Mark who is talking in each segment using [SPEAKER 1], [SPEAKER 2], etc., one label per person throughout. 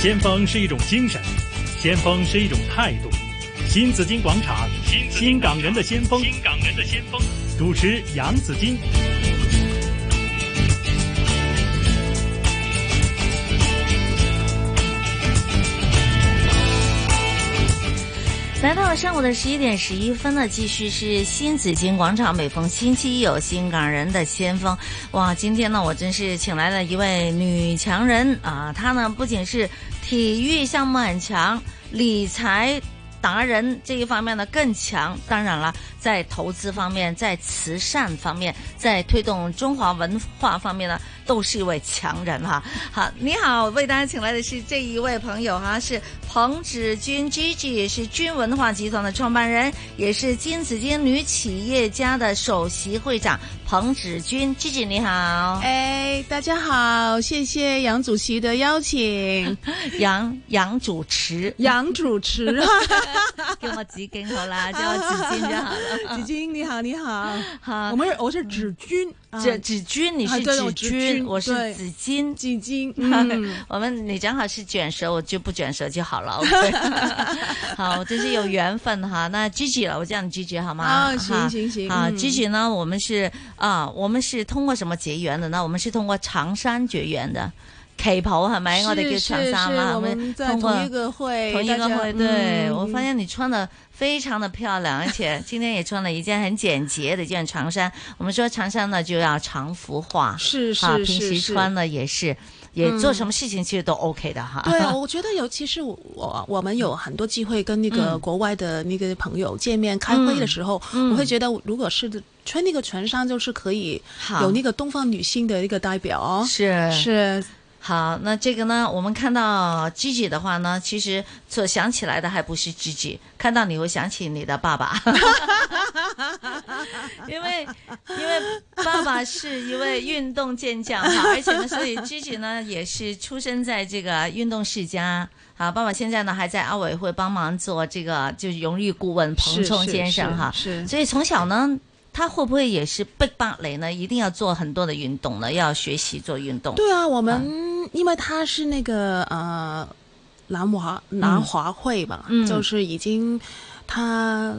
[SPEAKER 1] 先锋是一种精神，先锋是一种态度。新紫金广场，新港人的先锋，
[SPEAKER 2] 新港人的先锋。
[SPEAKER 1] 主持杨紫金。
[SPEAKER 3] 来到了上午的十一点十一分呢，继续是新紫金广场。每逢星期一有新港人的先锋，哇！今天呢，我真是请来了一位女强人啊，她呢不仅是体育项目很强，理财达人这一方面呢更强。当然了，在投资方面，在慈善方面，在推动中华文化方面呢，都是一位强人哈。好，你好，为大家请来的是这一位朋友哈，是彭芷君 Gigi，是君文化集团的创办人，也是金紫金女企业家的首席会长彭芷君 Gigi，你好。
[SPEAKER 4] 哎，大家好，谢谢杨主席的邀请，
[SPEAKER 3] 杨杨主 持，
[SPEAKER 4] 杨 主持，
[SPEAKER 3] 叫我紫荆好啦，叫我紫荆就好 了。
[SPEAKER 4] 子君你好，你好，
[SPEAKER 3] 好嗯
[SPEAKER 4] 我，们是我是芷君，啊
[SPEAKER 3] 芷芷君，你
[SPEAKER 4] 啊
[SPEAKER 3] 是
[SPEAKER 4] 对
[SPEAKER 3] 芷
[SPEAKER 4] 我芷君
[SPEAKER 3] 君，我是
[SPEAKER 4] 对
[SPEAKER 3] 紫金。
[SPEAKER 4] 紫君，嗯，
[SPEAKER 3] 我们你正好是卷舌，我就不卷舌就好 了。OK，好，真是有缘分哈。那 Gigi 了，我叫你 Gigi 好吗？
[SPEAKER 4] 啊，
[SPEAKER 3] 哈
[SPEAKER 4] 行行行，
[SPEAKER 3] 啊
[SPEAKER 4] 嗯
[SPEAKER 3] ，Gigi 呢？我们是啊，我们是通过什么结缘的呢？我们是通过长衫结缘的，旗袍系咪？啊我哋
[SPEAKER 4] 是
[SPEAKER 3] 叫长
[SPEAKER 4] 是
[SPEAKER 3] 衫
[SPEAKER 4] 是
[SPEAKER 3] 啦，
[SPEAKER 4] 我们在
[SPEAKER 3] 通过
[SPEAKER 4] 同一个会，
[SPEAKER 3] 同一
[SPEAKER 4] 大
[SPEAKER 3] 个
[SPEAKER 4] 家
[SPEAKER 3] 会，对、
[SPEAKER 4] 嗯
[SPEAKER 3] 我发现你穿的非常的漂亮，而且今天也穿了一件很简洁的一件长衫。我们说长衫呢就要常服化，
[SPEAKER 4] 是
[SPEAKER 3] 啊，
[SPEAKER 4] 是
[SPEAKER 3] 平
[SPEAKER 4] 是
[SPEAKER 3] 时
[SPEAKER 4] 是。
[SPEAKER 3] 穿呢也是，也做
[SPEAKER 4] 嗯
[SPEAKER 3] 什么事情其实都 OK 的哈。
[SPEAKER 4] 对，啊哦我觉得尤其是我我我们有很多机会跟那个
[SPEAKER 3] 嗯
[SPEAKER 4] 国外的那个朋友见面开会的时候，
[SPEAKER 3] 嗯
[SPEAKER 4] 我会觉得如果是穿那个长衫，就是可以
[SPEAKER 3] 好，
[SPEAKER 4] 有那个东方女性的一个代表哦。
[SPEAKER 3] 是
[SPEAKER 4] 是，
[SPEAKER 3] 好，那这个呢，我们看到 Gigi 的话呢，其实所想起来的还不是 Gigi，看到你会想起你的爸 爸，因为因为爸爸是一位运动健将哈，而且呢，所以 Gigi 呢也是出生在这个运动世家。啊，爸爸现在呢还在奥委会帮忙做这个就是荣誉顾问彭
[SPEAKER 4] 是
[SPEAKER 3] 冲先生哈，
[SPEAKER 4] 是
[SPEAKER 3] 所以从小呢，他会不会也是被霸雷呢？一定要做很多的运动呢，要学习做运动。
[SPEAKER 4] 对啊，我们因为他是那个呃南华南华会吧，
[SPEAKER 3] 嗯
[SPEAKER 4] 就是已经。他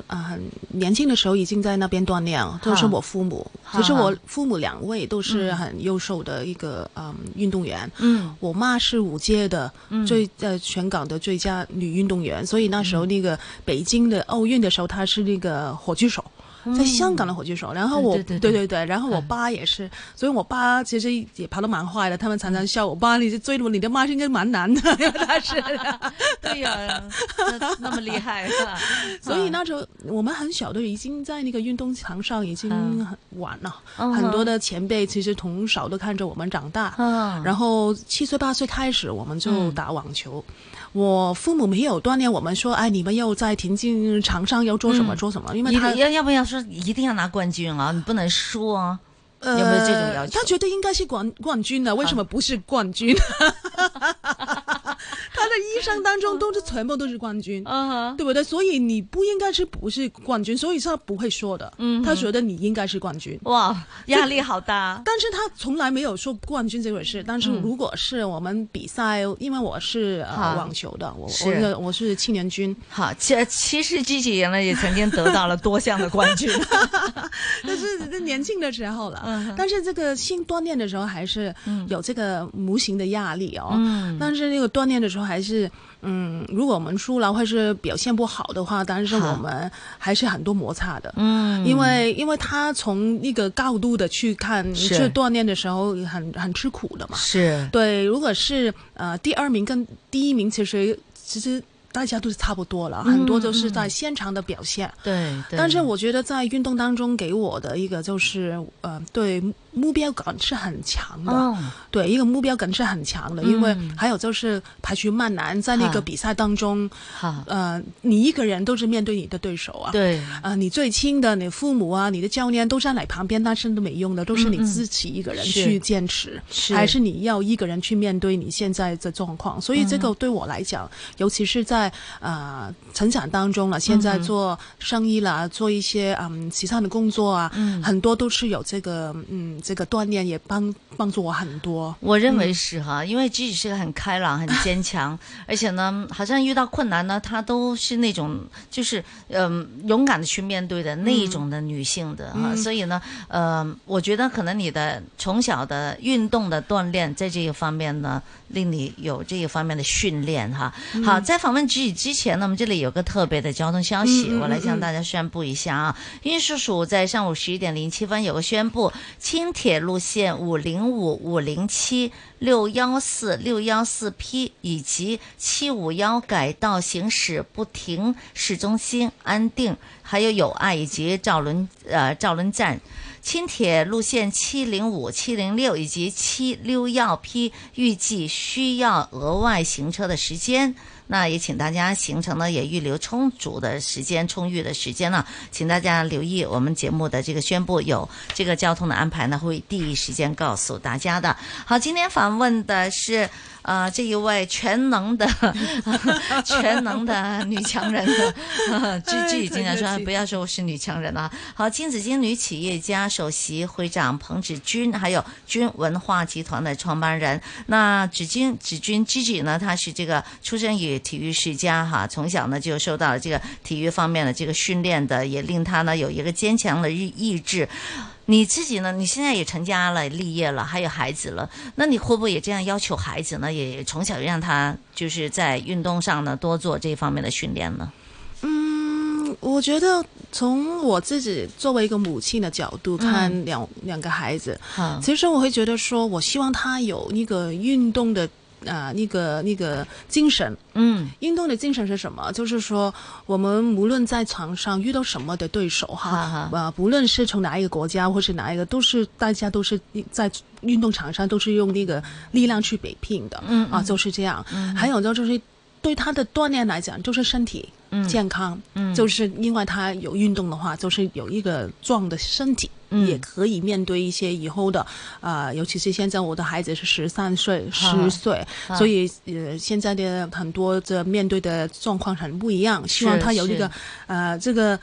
[SPEAKER 4] 啊、呃年轻的时候已经在那边锻炼，都是我父母。
[SPEAKER 3] 哈
[SPEAKER 4] 其实我
[SPEAKER 3] 哈
[SPEAKER 4] 父母两位都是很优秀的一个嗯运动员。
[SPEAKER 3] 嗯
[SPEAKER 4] 我妈是五届的
[SPEAKER 3] 嗯
[SPEAKER 4] 最呃全港的最佳女运动员，所以那时候那个北京的奥运的时候，她是那个火炬手，在香港的火炬手。然后我
[SPEAKER 3] 对对对
[SPEAKER 4] 对
[SPEAKER 3] 对
[SPEAKER 4] 然后我
[SPEAKER 3] 嗯
[SPEAKER 4] 爸也是，所以我爸其实也跑得蛮快的。他们常常笑我爸，你是追我，你的妈是应该蛮难的，
[SPEAKER 3] 啊
[SPEAKER 4] 他是。
[SPEAKER 3] 对呀、那那么厉害、 啊，
[SPEAKER 4] 所以那时候我们很小的已经在那个运动场上已经
[SPEAKER 3] 嗯
[SPEAKER 4] 很晚了，
[SPEAKER 3] 嗯
[SPEAKER 4] 很多的前辈其实从小都看着我们长大。
[SPEAKER 3] 嗯，
[SPEAKER 4] 然后七岁八岁开始，我们就打网球。我父母没有锻炼我们说，哎，你们要在田径场上要做什么、
[SPEAKER 3] 嗯
[SPEAKER 4] 做什么，因为
[SPEAKER 3] 一
[SPEAKER 4] 他
[SPEAKER 3] 定要要不要说一定要拿冠军啊？你不能输啊！
[SPEAKER 4] 呃，
[SPEAKER 3] 有没有这种要求
[SPEAKER 4] 他觉得应该是冠冠军的，为什么不是冠军？
[SPEAKER 3] 嗯
[SPEAKER 4] 他的一生当中都是全部都是冠军。
[SPEAKER 3] 嗯
[SPEAKER 4] 对不对？所以你不应该是不是冠军，所以他不会说的。
[SPEAKER 3] 嗯
[SPEAKER 4] 他觉得你应该是冠军，
[SPEAKER 3] 哇，压力好大。
[SPEAKER 4] 但是他从来没有说冠军这回事。但是
[SPEAKER 3] 嗯
[SPEAKER 4] 如果是我们比赛，因为我是
[SPEAKER 3] 好
[SPEAKER 4] 呃网球的，我
[SPEAKER 3] 是
[SPEAKER 4] 我那个我是青年 军，
[SPEAKER 3] 好，其其实 Gigi 呢也曾经得到了多项的冠军。
[SPEAKER 4] 但是这年轻的时候
[SPEAKER 3] 嗯
[SPEAKER 4] 了。但是这个新锻炼的时候还是有这个无形的压力哦。
[SPEAKER 3] 嗯
[SPEAKER 4] 但是那个锻炼的时候还是，嗯，如果我们输了或是表现不好的话，但是
[SPEAKER 3] 好
[SPEAKER 4] 我们还是很多摩擦的。
[SPEAKER 3] 嗯
[SPEAKER 4] 因为因为他从那个高度的去看，
[SPEAKER 3] 是
[SPEAKER 4] 去锻炼的时候很很吃苦的嘛。
[SPEAKER 3] 是
[SPEAKER 4] 对，如果是呃第二名跟第一名，其实其实大家都是差不多了，
[SPEAKER 3] 嗯
[SPEAKER 4] 很多都是在现场的表现。
[SPEAKER 3] 对，对
[SPEAKER 4] 但是我觉得在运动当中给我的一个就是呃对目标感是很强的，
[SPEAKER 3] 哦，嗯
[SPEAKER 4] 对一个目标感是很强的，因为还有就是排除万难，在那
[SPEAKER 3] 哈
[SPEAKER 4] 个比赛当中，
[SPEAKER 3] 好，
[SPEAKER 4] 呃你一个人都是面对你的对手啊，
[SPEAKER 3] 对，
[SPEAKER 4] 啊、你最亲的，你父母啊，你的教练都站在你旁边，但是都没用的，都是你
[SPEAKER 3] 嗯嗯
[SPEAKER 4] 自己一个人
[SPEAKER 3] 是
[SPEAKER 4] 去坚持，
[SPEAKER 3] 是
[SPEAKER 4] 还是你要一个人去面对你现在的状况。所以这个对我来讲，尤其是在呃成长当中了，现在嗯做生意啦，做一些嗯慈善的工作啊，很多都是有这个嗯这个锻炼也帮帮助我很多。
[SPEAKER 3] 我认为是哈，因为 Gigi 是个很开 朗、很坚强，而且呢，好像遇到困难呢，她都是那种就是嗯、勇敢的去面对的那一种的女性的
[SPEAKER 4] 嗯
[SPEAKER 3] 哈。所以呢，呃，我觉得可能你的从小的运动的锻炼，在这一方面呢，令你有这一方面的训练哈。
[SPEAKER 4] 嗯
[SPEAKER 3] 好，在访问 Gigi 之前呢，我们这里有个特别的交通消息，
[SPEAKER 4] 嗯嗯嗯
[SPEAKER 3] 我来向大家宣布一下啊。运输署在上午十一点零七分有个宣布，轻铁路线五零五、五零七、六幺四、六幺四 P 以及七五幺改道行驶不停市中心、安定，还有友爱以及赵伦呃赵伦站。轻铁路线七零五、七零六以及七六幺 P 预计需要额外行车的时间。那也请大家行程呢也预留充足的时间、充裕的时间呢，请大家留意我们节目的这个宣布，有这个交通的安排呢，会第一时间告诉大家的。好，今天访问的是呃这一位全能的全能的女强人了，芝芝已经来
[SPEAKER 4] 太客
[SPEAKER 3] 说
[SPEAKER 4] 气
[SPEAKER 3] 不要说我是女强人了。好，金紫金女企业家首席会长彭芷君，还有君文化集团的创办人。那芷君，芷君 Gigi 呢，她是这个出生于体育世家哈，从小呢就受到了这个体育方面的这个训练的，也令她呢有一个坚强的意意志。你自己呢？你现在也成家了，立业了，还有孩子了，那你会不会也这样要求孩子呢？也从小让他就是在运动上呢多做这方面的训练呢？
[SPEAKER 4] 嗯，我觉得从我自己作为一个母亲的角度看两、两个孩子，
[SPEAKER 3] 哈，
[SPEAKER 4] 其实我会觉得说，我希望他有那个运动的啊、那个那个精神。
[SPEAKER 3] 嗯，
[SPEAKER 4] 运动的精神是什么？就是说，我们无论在场上遇到什么的对手哈，
[SPEAKER 3] 哈
[SPEAKER 4] 啊
[SPEAKER 3] 哈、
[SPEAKER 4] 不论是从哪一个国家或是哪一个，都是大家都是在运动场上都是用那个力量去比拼的，
[SPEAKER 3] 嗯
[SPEAKER 4] 啊，就是这样。还有就是对他的锻炼来讲，就是身体。
[SPEAKER 3] 嗯
[SPEAKER 4] 健康，
[SPEAKER 3] 嗯
[SPEAKER 4] 就是因为他有运动的话，就是有一个壮的身体，
[SPEAKER 3] 嗯
[SPEAKER 4] 也可以面对一些以后的，啊、尤其是现在我的孩子是十三
[SPEAKER 3] 啊
[SPEAKER 4] 岁、十岁，
[SPEAKER 3] 哈
[SPEAKER 4] 所以呃，现在的很多这面对的状况很不一样，希望
[SPEAKER 3] 是
[SPEAKER 4] 他有这
[SPEAKER 3] 是
[SPEAKER 4] 个呃这个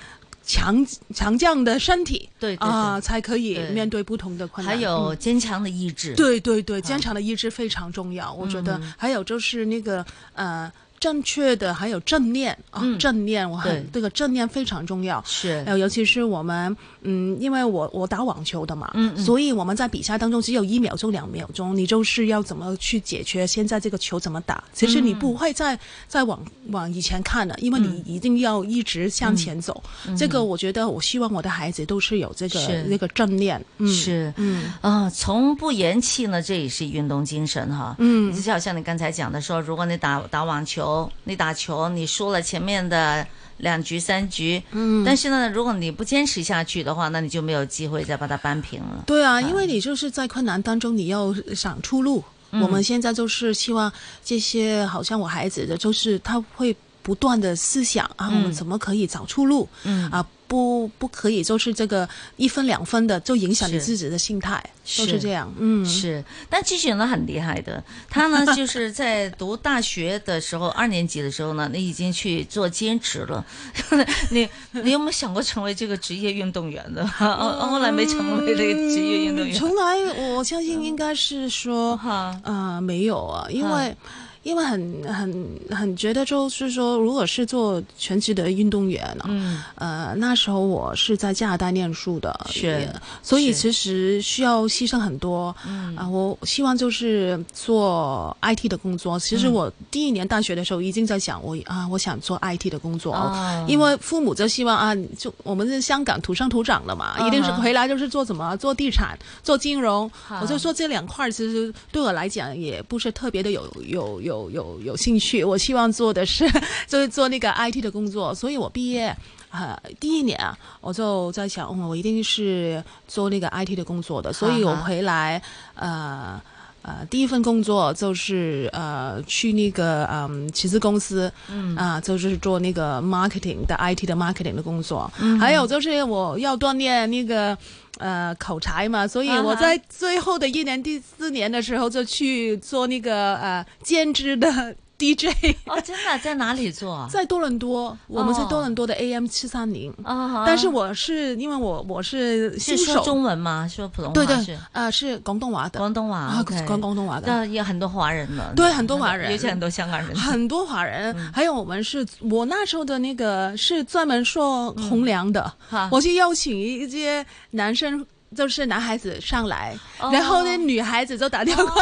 [SPEAKER 4] 强强壮的身体
[SPEAKER 3] 对对对
[SPEAKER 4] 啊、才可以
[SPEAKER 3] 对
[SPEAKER 4] 面对不同的困难。
[SPEAKER 3] 还有啊
[SPEAKER 4] 嗯
[SPEAKER 3] 坚强的意志。
[SPEAKER 4] 对对对，坚强的意志非常重要，我觉得。
[SPEAKER 3] 嗯
[SPEAKER 4] 还有就是那个呃，正确的还有正念啊，
[SPEAKER 3] 嗯
[SPEAKER 4] 正念，我很
[SPEAKER 3] 对
[SPEAKER 4] 这个正念非常重要。
[SPEAKER 3] 是
[SPEAKER 4] 呃，尤其是我们，嗯，因为我我打网球的嘛，
[SPEAKER 3] 嗯嗯
[SPEAKER 4] 所以我们在比赛当中只有一秒钟、两秒钟，你就是要怎么去解决现在这个球怎么打。其实
[SPEAKER 3] 嗯
[SPEAKER 4] 你不会再再往往以前看了，因为你一定要一直向前走。这个我觉得，我希望我的孩子都是有这个
[SPEAKER 3] 嗯是
[SPEAKER 4] 那个正念。嗯，
[SPEAKER 3] 是，
[SPEAKER 4] 嗯
[SPEAKER 3] 啊，从不言弃呢，这也是运动精神哈。
[SPEAKER 4] 嗯
[SPEAKER 3] 就好像你刚才讲的说，如果你打打网球，你打球你输了前面的两局三局，
[SPEAKER 4] 嗯。
[SPEAKER 3] 但是呢，如果你不坚持下去的话，那你就没有机会再把它扳平了。
[SPEAKER 4] 对啊，因为你就是在困难当中，你要想出路。
[SPEAKER 3] 嗯
[SPEAKER 4] 我们现在就是希望这些，好像我孩子的，就是他会不断的思想啊，我们怎么可以找出路？
[SPEAKER 3] 嗯
[SPEAKER 4] 啊，不不可以，就是这个一分两分的，就影响你
[SPEAKER 3] 是
[SPEAKER 4] 自己的心态，都
[SPEAKER 3] 是
[SPEAKER 4] 是这样。嗯，
[SPEAKER 3] 是，但季雪呢很厉害的，她呢就是在读大学的时候， 二年级的时候呢，你已经去做兼职了。 你你有没有想过成为这个职业运动员 的？后后来没成为这个职业运动员。
[SPEAKER 4] 从来我相信应该是说，
[SPEAKER 3] 哈，
[SPEAKER 4] 啊、没有啊，因为、因为很很很觉得就是说，如果是做全职的运动员啊，
[SPEAKER 3] 嗯，
[SPEAKER 4] 呃，那时候我是在加拿大念书的，
[SPEAKER 3] 是
[SPEAKER 4] 也所以
[SPEAKER 3] 是
[SPEAKER 4] 其实需要牺牲很多。嗯啊、我希望就是做 IT 的工作。其实
[SPEAKER 3] 嗯
[SPEAKER 4] 我第一年大学的时候已经在想我，啊，我想做 IT 的工作。
[SPEAKER 3] 哦
[SPEAKER 4] 因为父母就希望啊，就我们是香港土生土长的嘛，
[SPEAKER 3] 嗯哼
[SPEAKER 4] 一定是回来就是做什么，做地产、做金融。
[SPEAKER 3] 好
[SPEAKER 4] 我就说这两块儿其实对我来讲也不是特别的有有有有有兴趣。我希望做的是 就是做那个 IT 的工作，所以我毕业。啊、第一年啊，我就在想，嗯，我一定是做那个 IT 的工作的，所以我
[SPEAKER 3] 哈哈
[SPEAKER 4] 回来，呃，呃，第一份工作就是呃去那个嗯旗子公司，嗯啊、就是做那个 marketing 的 IT 的 marketing 的工作，嗯、还有就是我要锻炼那个。呃，口才嘛，所以
[SPEAKER 3] 啊哈
[SPEAKER 4] 我在最后的一年、第四年的时候就去做那个呃兼职的 DJ，
[SPEAKER 3] 哦，真的在哪里做啊？
[SPEAKER 4] 在多伦多，我们在多伦多的 AM 七三零。
[SPEAKER 3] 哦，
[SPEAKER 4] 但是我是因为我我是新
[SPEAKER 3] 是说
[SPEAKER 4] 手，
[SPEAKER 3] 中文吗？说普通话
[SPEAKER 4] 对
[SPEAKER 3] 是？
[SPEAKER 4] 对，呃，是广东话的
[SPEAKER 3] 广东话
[SPEAKER 4] 啊，
[SPEAKER 3] ，OK
[SPEAKER 4] 讲广东话的。
[SPEAKER 3] 那有很多华人了，
[SPEAKER 4] 对很多华人啊
[SPEAKER 3] 尤其很多香港人。
[SPEAKER 4] 很多华人，还有我们是我那时候的那个是专门说红娘的，
[SPEAKER 3] 哈
[SPEAKER 4] 我去邀请一些男生，就是男孩子上来，
[SPEAKER 3] 哦
[SPEAKER 4] 然后呢女孩子就打电话，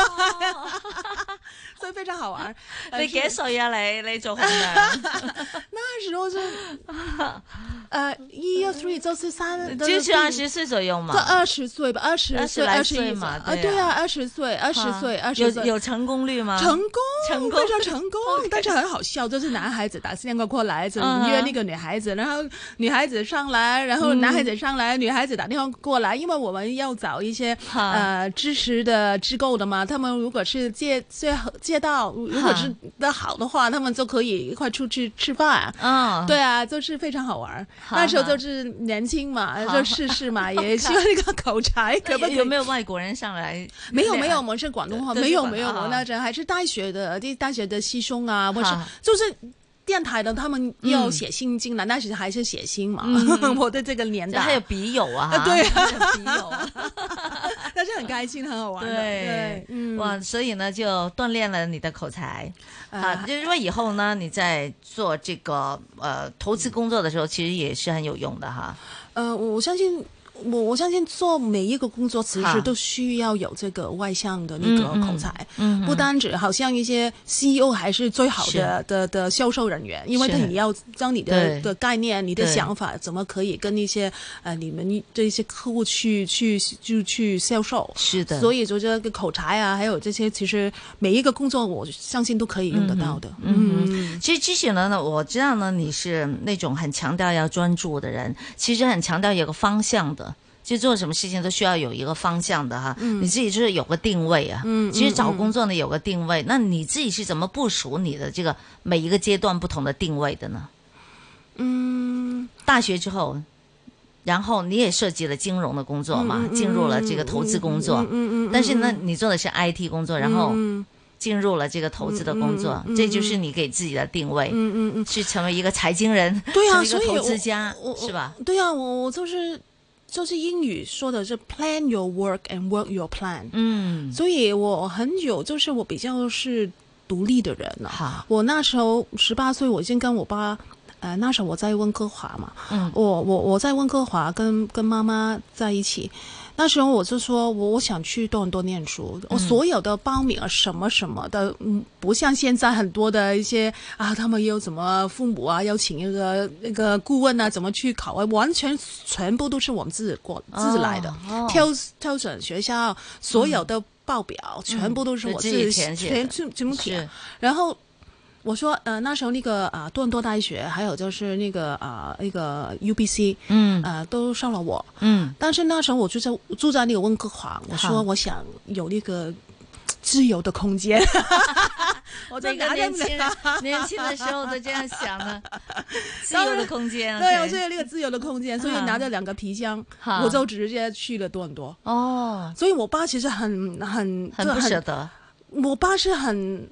[SPEAKER 4] 所以非常好 玩。
[SPEAKER 3] 你
[SPEAKER 4] 但
[SPEAKER 3] 几
[SPEAKER 4] 是
[SPEAKER 3] 岁啊？你你做红娘？
[SPEAKER 4] 那时候 就，呃，year three 就是三，就
[SPEAKER 3] 嗯就是是二十岁左右嘛
[SPEAKER 4] 这。二十岁吧，二十岁，
[SPEAKER 3] 20来
[SPEAKER 4] 二十
[SPEAKER 3] 岁
[SPEAKER 4] 一
[SPEAKER 3] 嘛
[SPEAKER 4] 啊，
[SPEAKER 3] 对
[SPEAKER 4] 对
[SPEAKER 3] 啊
[SPEAKER 4] 啊，二十岁，二十岁，
[SPEAKER 3] 啊
[SPEAKER 4] 二十
[SPEAKER 3] 有
[SPEAKER 4] 岁。
[SPEAKER 3] 有成功率吗？
[SPEAKER 4] 成功，
[SPEAKER 3] 啊成功
[SPEAKER 4] 非常成 功
[SPEAKER 3] OK
[SPEAKER 4] 但是很好笑，就是男孩子打电话过来，就
[SPEAKER 3] 嗯哼
[SPEAKER 4] 约那个女孩子然后女孩子上来，然后男孩子上来，女孩子打电话过来，因为我们要找一些
[SPEAKER 3] 哈
[SPEAKER 4] 呃支持的机构的嘛，他们如果是借借借到，如果是的好的话，他们就可以一块出去吃饭。
[SPEAKER 3] 啊，
[SPEAKER 4] 对啊，就是非常好玩儿。
[SPEAKER 3] 哈
[SPEAKER 4] 那时候就是年轻 嘛，
[SPEAKER 3] 哈
[SPEAKER 4] 就试试嘛，也需要那个口才，可
[SPEAKER 3] 那
[SPEAKER 4] 不可以？
[SPEAKER 3] 有没有外国人上来？
[SPEAKER 4] 没有没有，我们是广东话，
[SPEAKER 3] 啊对都是
[SPEAKER 4] 没有
[SPEAKER 3] 广
[SPEAKER 4] 没有，
[SPEAKER 3] 啊
[SPEAKER 4] 我那阵还是大学的，第大学的师兄啊，或是
[SPEAKER 3] 啊
[SPEAKER 4] 就是。电台的他们要
[SPEAKER 3] 嗯
[SPEAKER 4] 写信进来，那时还是写信嘛。
[SPEAKER 3] 嗯
[SPEAKER 4] 我的这个年
[SPEAKER 3] 这还有
[SPEAKER 4] 代，
[SPEAKER 3] 笔友啊，
[SPEAKER 4] 啊对
[SPEAKER 3] 还有笔 友啊，
[SPEAKER 4] 但是很开心，很好玩的。
[SPEAKER 3] 对
[SPEAKER 4] 对，，嗯，
[SPEAKER 3] 哇，所以呢就锻炼了你的口才啊，
[SPEAKER 4] 啊，
[SPEAKER 3] 就是说以后呢你在做这个呃投资工作的时候，其实也是很有用的哈。
[SPEAKER 4] 呃，我我相信，我我相信做每一个工作，其
[SPEAKER 3] 哈
[SPEAKER 4] 实都需要有这个外向的那个
[SPEAKER 3] 嗯嗯
[SPEAKER 4] 口才。
[SPEAKER 3] 嗯
[SPEAKER 4] 不单只好像一些 CEO 还是最好的的的销售人员，因为
[SPEAKER 3] 是
[SPEAKER 4] 他你要将你
[SPEAKER 3] 对
[SPEAKER 4] 的的概念、你的
[SPEAKER 3] 对
[SPEAKER 4] 想法怎么可以跟一些呃你们这些客户去去就去销售。
[SPEAKER 3] 是的，
[SPEAKER 4] 所以就这个口才啊，还有这些，其实每一个工作，我相信都可以用得到的。
[SPEAKER 3] 嗯其实之前呢，我知道呢，你是那种很强调要专注的人，其实很强调有个方向的。就做什么事情都需要有一个方向的哈，你自己就是有个定位啊。
[SPEAKER 4] 嗯
[SPEAKER 3] 其实找工作呢有个定位，那你自己是怎么部署你的这个每一个阶段不同的定位的呢？
[SPEAKER 4] 嗯，
[SPEAKER 3] 大学之后，然后你也涉及了金融的工作嘛，
[SPEAKER 4] 嗯
[SPEAKER 3] 进入了这个投资工作，
[SPEAKER 4] 嗯嗯嗯嗯，
[SPEAKER 3] 但是呢，你做的是 IT 工作，然后
[SPEAKER 4] 嗯
[SPEAKER 3] 进入了这个投资的工作，
[SPEAKER 4] 嗯嗯嗯
[SPEAKER 3] 这就是你给自己的定位。
[SPEAKER 4] 嗯嗯嗯，
[SPEAKER 3] 去成为一个财经人，
[SPEAKER 4] 对啊，
[SPEAKER 3] 成
[SPEAKER 4] 所
[SPEAKER 3] 为
[SPEAKER 4] 以
[SPEAKER 3] 一个投
[SPEAKER 4] 我
[SPEAKER 3] 资家
[SPEAKER 4] 我，我
[SPEAKER 3] 是吧？
[SPEAKER 4] 对啊，我我就是就是英语说的是 plan your work and work your plan，
[SPEAKER 3] 嗯，
[SPEAKER 4] 所以我很久就是我比较是独立的人了、
[SPEAKER 3] 好，
[SPEAKER 4] 我那时候十八岁，我已经跟我爸，呃，那时候我在温哥华嘛，
[SPEAKER 3] 嗯
[SPEAKER 4] 我我我在温哥华跟跟妈妈在一起。那时候我就说我我想去多伦多念书，
[SPEAKER 3] 嗯
[SPEAKER 4] 我所有的报名啊什么什么的，嗯，不像现在很多的一些啊，他们有怎么父母啊邀请一个那个顾问啊，怎么去考啊，完全全部都是我们自己过自己来的。
[SPEAKER 3] 哦，
[SPEAKER 4] 挑挑选学校所有的报表，全部都是
[SPEAKER 3] 就嗯
[SPEAKER 4] 我
[SPEAKER 3] 自
[SPEAKER 4] 自
[SPEAKER 3] 己
[SPEAKER 4] 己
[SPEAKER 3] 填写的
[SPEAKER 4] 全全全部
[SPEAKER 3] 是
[SPEAKER 4] 填。然后我说，呃，那时候那个啊、多伦多大学，还有就是那个啊、那个 UBC，
[SPEAKER 3] 嗯
[SPEAKER 4] 呃，都收了我。
[SPEAKER 3] 嗯，
[SPEAKER 4] 但是那时候我就在住在那个温哥华，我
[SPEAKER 3] 好
[SPEAKER 4] 说我想有那个自由的 空间。 我在
[SPEAKER 3] 每个
[SPEAKER 4] 拿
[SPEAKER 3] 年
[SPEAKER 4] 着
[SPEAKER 3] 轻人 年轻的时候都这样想 的，自由的空间，啊
[SPEAKER 4] 对，
[SPEAKER 3] OK
[SPEAKER 4] 我是有那个自由的空间，所以
[SPEAKER 3] 啊
[SPEAKER 4] 拿着两个皮箱，
[SPEAKER 3] 好
[SPEAKER 4] 我就直接去了多伦多。
[SPEAKER 3] 哦，
[SPEAKER 4] 所以我爸其实很很
[SPEAKER 3] 很
[SPEAKER 4] 就
[SPEAKER 3] 不舍得，
[SPEAKER 4] 我爸是很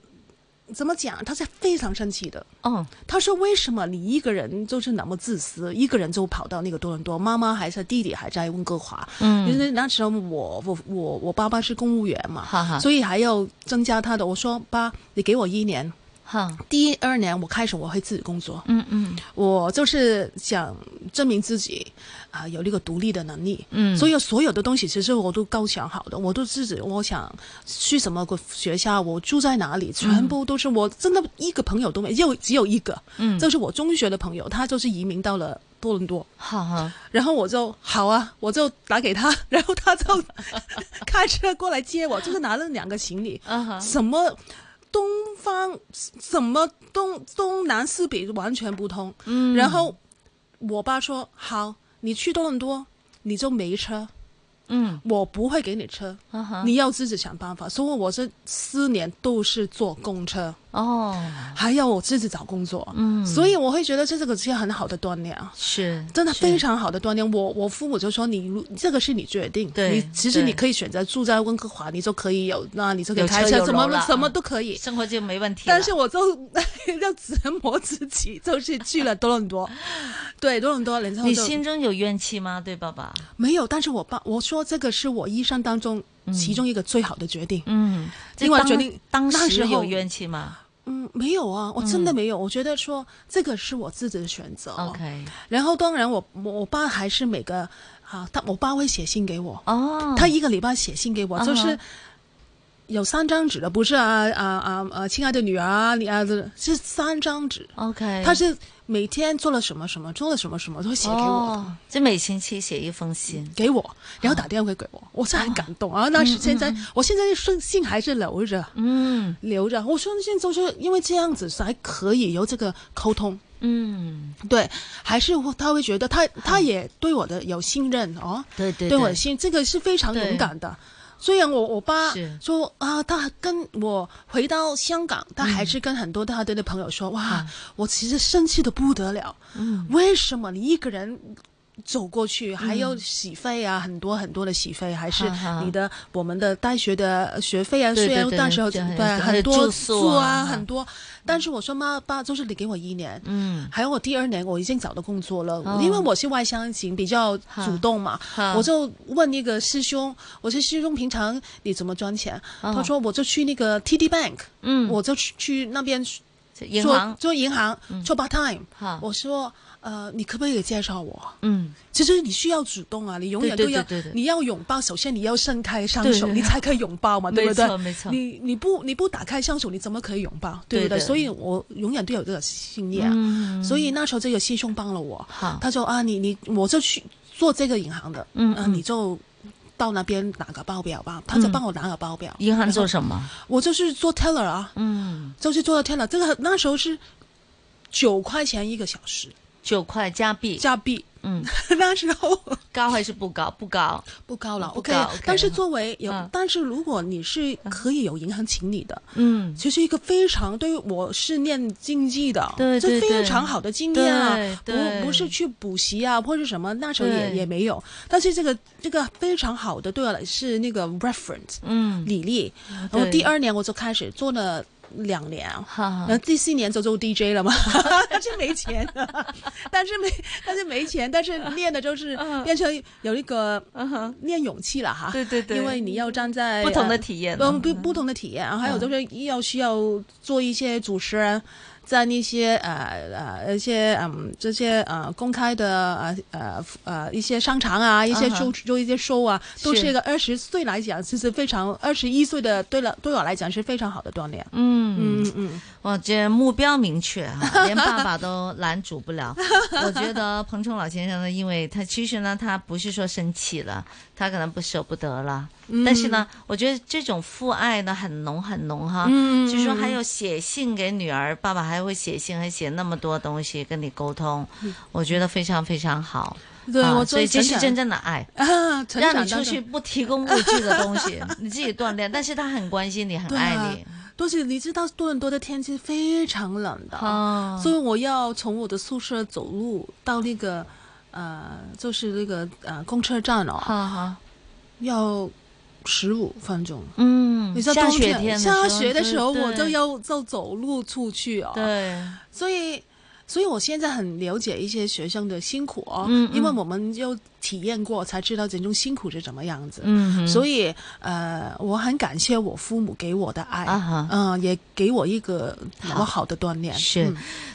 [SPEAKER 4] 怎么讲？他是非常生气的。
[SPEAKER 3] 哦，
[SPEAKER 4] 他说：“为什么你一个人就是那么自私？一个人就跑到那个多伦多，妈妈还在，弟弟还在温哥华。因
[SPEAKER 3] 嗯，
[SPEAKER 4] 为那时候我我我我爸爸是公务员嘛，
[SPEAKER 3] 哈哈，
[SPEAKER 4] 所以还要增加他的。我说爸，你给我一年，
[SPEAKER 3] 哈，
[SPEAKER 4] 第二年我开始我会自己工作，
[SPEAKER 3] 嗯嗯
[SPEAKER 4] 我就是想证明自己啊、有那个独立的能力。
[SPEAKER 3] 嗯，
[SPEAKER 4] 所
[SPEAKER 3] 以
[SPEAKER 4] 以所有的东西其实我都构想好的，我都自己我想去什么个学校，我住在哪里，全部都是我真的一个朋友都没，有，只有一个，
[SPEAKER 3] 嗯，
[SPEAKER 4] 就是我中学的朋友，他就是移民到了多伦多，
[SPEAKER 3] 哈哈，
[SPEAKER 4] 然后我就好啊，我就打给他， 然后他就开车过来接我，就是拿了两个行李，
[SPEAKER 3] 啊哈，
[SPEAKER 4] 什么。东方什么东东南西北完全不通，
[SPEAKER 3] 嗯，
[SPEAKER 4] 然后我爸说：“好，你去多伦多，你就没车，
[SPEAKER 3] 嗯，
[SPEAKER 4] 我不会给你车，
[SPEAKER 3] 哈哈，
[SPEAKER 4] 你要自己想办法。所以我这四年都是坐公车，
[SPEAKER 3] 哦，
[SPEAKER 4] 还要我自己找工作。
[SPEAKER 3] 嗯，
[SPEAKER 4] 所以我会觉得这这个是很好的锻炼，啊
[SPEAKER 3] 是
[SPEAKER 4] 真的
[SPEAKER 3] 是
[SPEAKER 4] 非常好的锻炼。我我父母就说你如这个是你决定，
[SPEAKER 3] 对
[SPEAKER 4] 你其实你
[SPEAKER 3] 对
[SPEAKER 4] 可以选择住在温哥华，你就可以有，那你就可以
[SPEAKER 3] 有
[SPEAKER 4] 开
[SPEAKER 3] 车有
[SPEAKER 4] 车，什
[SPEAKER 3] 楼
[SPEAKER 4] 么
[SPEAKER 3] 了
[SPEAKER 4] 什么都可以。
[SPEAKER 3] 生活就没问题了。
[SPEAKER 4] 但是我就 要折磨自己，就是去了多伦多，对多伦多，然后
[SPEAKER 3] 你
[SPEAKER 4] 就
[SPEAKER 3] 心中有怨气吗？对爸爸？
[SPEAKER 4] 没有。但是我爸我说这个是我一生当中其中一个最好的决定。
[SPEAKER 3] 嗯，这
[SPEAKER 4] 另外
[SPEAKER 3] 当
[SPEAKER 4] 决定
[SPEAKER 3] 当
[SPEAKER 4] 那时
[SPEAKER 3] 时有
[SPEAKER 4] 候
[SPEAKER 3] 怨气吗
[SPEAKER 4] 嗯，没有啊，我真的没有。我觉得说这个是我自己的选择。
[SPEAKER 3] ？OK，
[SPEAKER 4] 然后当然我我我爸还是每个啊，他我爸会写信给我，
[SPEAKER 3] 哦，
[SPEAKER 4] 他一个礼拜写信给我，
[SPEAKER 3] 啊哈
[SPEAKER 4] 就是有三张纸的，不是啊啊啊啊，亲爱的女儿啊，你啊这是三张纸，
[SPEAKER 3] OK，
[SPEAKER 4] 他是每天做了什么什么，做了什么什么，都会写给我的。
[SPEAKER 3] 哦，这每星期写一封信。
[SPEAKER 4] 给我，然后打电话给我，我是很感动啊！那是现在，我现在信信还是留着，
[SPEAKER 3] 嗯
[SPEAKER 4] 留着。我相信就是因为这样子才可以有这个沟通，
[SPEAKER 3] 嗯，
[SPEAKER 4] 对，还是会他会觉得他他也对我的有信任哦，
[SPEAKER 3] 对对
[SPEAKER 4] 对我的信，这个是非常勇敢的。虽然我我爸
[SPEAKER 3] 是
[SPEAKER 4] 说啊，他跟我回到香港，他还
[SPEAKER 3] 嗯
[SPEAKER 4] 是跟很多他的朋友说，哇，我其实生气的不得了，
[SPEAKER 3] 嗯
[SPEAKER 4] 为什么你一个人？走过去，还有洗费啊，很多很多的洗费，还是
[SPEAKER 3] 嗯哈哈
[SPEAKER 4] 你的我们的大学的学费啊，
[SPEAKER 3] 对
[SPEAKER 4] 虽然
[SPEAKER 3] 对对
[SPEAKER 4] 那时候
[SPEAKER 3] 这
[SPEAKER 4] 对
[SPEAKER 3] 样还有
[SPEAKER 4] 很多
[SPEAKER 3] 住宿
[SPEAKER 4] 住
[SPEAKER 3] 啊
[SPEAKER 4] 啊，
[SPEAKER 3] 哈
[SPEAKER 4] 很多，但是我说妈爸，就是你给我一年，
[SPEAKER 3] 嗯，
[SPEAKER 4] 还有我第二年我已经找到工作了，
[SPEAKER 3] 哦
[SPEAKER 4] 因为我是外乡型，比较主动嘛
[SPEAKER 3] 哈，
[SPEAKER 4] 我就问那个师兄，我说师兄平常你怎么赚钱？
[SPEAKER 3] 哦
[SPEAKER 4] 他说我就去那个 TD Bank，、
[SPEAKER 3] 嗯，
[SPEAKER 4] 我就去去那边做
[SPEAKER 3] 银行嗯
[SPEAKER 4] 做银行、做 part time。
[SPEAKER 3] 哈，
[SPEAKER 4] 我说呃，你可不可以介绍我？
[SPEAKER 3] 嗯，
[SPEAKER 4] 其实你需要主动啊，你永远
[SPEAKER 3] 对
[SPEAKER 4] 都
[SPEAKER 3] 对
[SPEAKER 4] 要，
[SPEAKER 3] 对对对
[SPEAKER 4] 你要拥抱，首先你要伸开双
[SPEAKER 3] 对
[SPEAKER 4] 手，
[SPEAKER 3] 对
[SPEAKER 4] 你才可以拥 抱嘛，对
[SPEAKER 3] 没
[SPEAKER 4] 不对？
[SPEAKER 3] 错没错
[SPEAKER 4] 你你不你不打开双手，你怎么可以拥抱？对不
[SPEAKER 3] 对的
[SPEAKER 4] 所以我永远都有这个信念啊。
[SPEAKER 3] 嗯，
[SPEAKER 4] 所以那时候这个师兄帮了我，
[SPEAKER 3] 好，
[SPEAKER 4] 他说啊，你你我就去做这个银行的，
[SPEAKER 3] 嗯
[SPEAKER 4] 啊
[SPEAKER 3] 嗯
[SPEAKER 4] 你就到那边拿个报表吧，他就帮我拿个报表。
[SPEAKER 3] 银行做
[SPEAKER 4] 然后
[SPEAKER 3] 什么？
[SPEAKER 4] 我就是做 teller 啊，
[SPEAKER 3] 嗯，
[SPEAKER 4] 就是做 teller，这个那时候是九块钱一个小时
[SPEAKER 3] 九块加币，
[SPEAKER 4] 加币，
[SPEAKER 3] 嗯，
[SPEAKER 4] 那时候
[SPEAKER 3] 高还是不高？不高，
[SPEAKER 4] 不高了
[SPEAKER 3] 不
[SPEAKER 4] ，OK，
[SPEAKER 3] 高，OK，
[SPEAKER 4] 但是作为有，
[SPEAKER 3] 嗯
[SPEAKER 4] 但是如果你是可以有银行请你的，
[SPEAKER 3] 嗯，
[SPEAKER 4] 其实一个非常对于我是念经济的，
[SPEAKER 3] 对对对
[SPEAKER 4] 这非常好的经验啊
[SPEAKER 3] 对，
[SPEAKER 4] 不
[SPEAKER 3] 对
[SPEAKER 4] 不是去补习啊或者什么，那时候也
[SPEAKER 3] 对
[SPEAKER 4] 也没有，但是这个这个非常好的对我来是那个 reference
[SPEAKER 3] 嗯，
[SPEAKER 4] 履历，然后
[SPEAKER 3] 对
[SPEAKER 4] 第二年我就开始做了两年。
[SPEAKER 3] 哈
[SPEAKER 4] 然
[SPEAKER 3] 哈，
[SPEAKER 4] 后第四年就做 DJ 了嘛， 但是没钱， 但是没但是没钱，但是练的就是变成有一个练勇气了哈，
[SPEAKER 3] 嗯对对对，
[SPEAKER 4] 因为你要站在
[SPEAKER 3] 不同的
[SPEAKER 4] 呃
[SPEAKER 3] 体验呢，
[SPEAKER 4] 嗯，不不同的体验，啊，还有就是要需要做一些主持人，在那些呃呃一些嗯这些呃公开的呃呃呃一些商场啊，一些
[SPEAKER 3] 嗯哼
[SPEAKER 4] 周周一些 show 啊，都
[SPEAKER 3] 是
[SPEAKER 4] 是一个二十岁来讲，其实非常二十一岁的，对了对我来讲是非常好的锻炼。
[SPEAKER 3] 嗯。
[SPEAKER 4] 嗯嗯，
[SPEAKER 3] 哇，这目标明确啊， 连爸爸都拦阻不了。 我觉得彭冲老先生呢，因为他其实呢，他不是说生气了，他可能不舍不得了。
[SPEAKER 4] 嗯
[SPEAKER 3] 但是呢，我觉得这种父爱呢，很浓很浓哈。
[SPEAKER 4] 嗯
[SPEAKER 3] 据说还有写信给女儿，爸爸还会写信，还写那么多东西跟你沟通，我觉得非常非常好。
[SPEAKER 4] 嗯对
[SPEAKER 3] 啊
[SPEAKER 4] 我
[SPEAKER 3] 所以这
[SPEAKER 4] 成
[SPEAKER 3] 是
[SPEAKER 4] 长
[SPEAKER 3] 真正的爱。
[SPEAKER 4] 啊，成长
[SPEAKER 3] 让你出
[SPEAKER 4] 当中
[SPEAKER 3] 去不提供物质的东西， 你自己锻炼，但是他很关心你，很
[SPEAKER 4] 对
[SPEAKER 3] 爱
[SPEAKER 4] 啊
[SPEAKER 3] 你。
[SPEAKER 4] 都是你知道多伦多的天气非常冷的，
[SPEAKER 3] 哦
[SPEAKER 4] 所以我要从我的宿舍走路到那个呃，就是那个呃公车站哦，
[SPEAKER 3] 好好，
[SPEAKER 4] 要十五分钟。
[SPEAKER 3] 嗯，
[SPEAKER 4] 你知道
[SPEAKER 3] 下
[SPEAKER 4] 冬
[SPEAKER 3] 雪天的时候
[SPEAKER 4] 下雪的时候，
[SPEAKER 3] 对
[SPEAKER 4] 我就要就走路出去哦。
[SPEAKER 3] 对，对
[SPEAKER 4] 所以，所以我现在很了解一些学生的辛苦哦，
[SPEAKER 3] 嗯嗯
[SPEAKER 4] 因为我们又体验过，才知道这种辛苦是怎么样子。
[SPEAKER 3] 嗯，
[SPEAKER 4] 所
[SPEAKER 3] 以
[SPEAKER 4] 以，呃，我很感谢我父母给我的爱，
[SPEAKER 3] 啊哈
[SPEAKER 4] 嗯、也给我一个我好的锻炼。
[SPEAKER 3] 是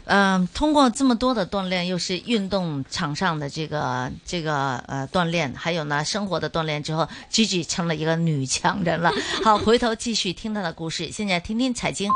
[SPEAKER 4] 嗯，
[SPEAKER 3] 嗯、通过这么多的锻炼，又是运动场上的这个这个呃锻炼，还有呢生活的锻炼之后，Gigi 成了一个女强人了。好，回头继续听她的故事，现在听听财经。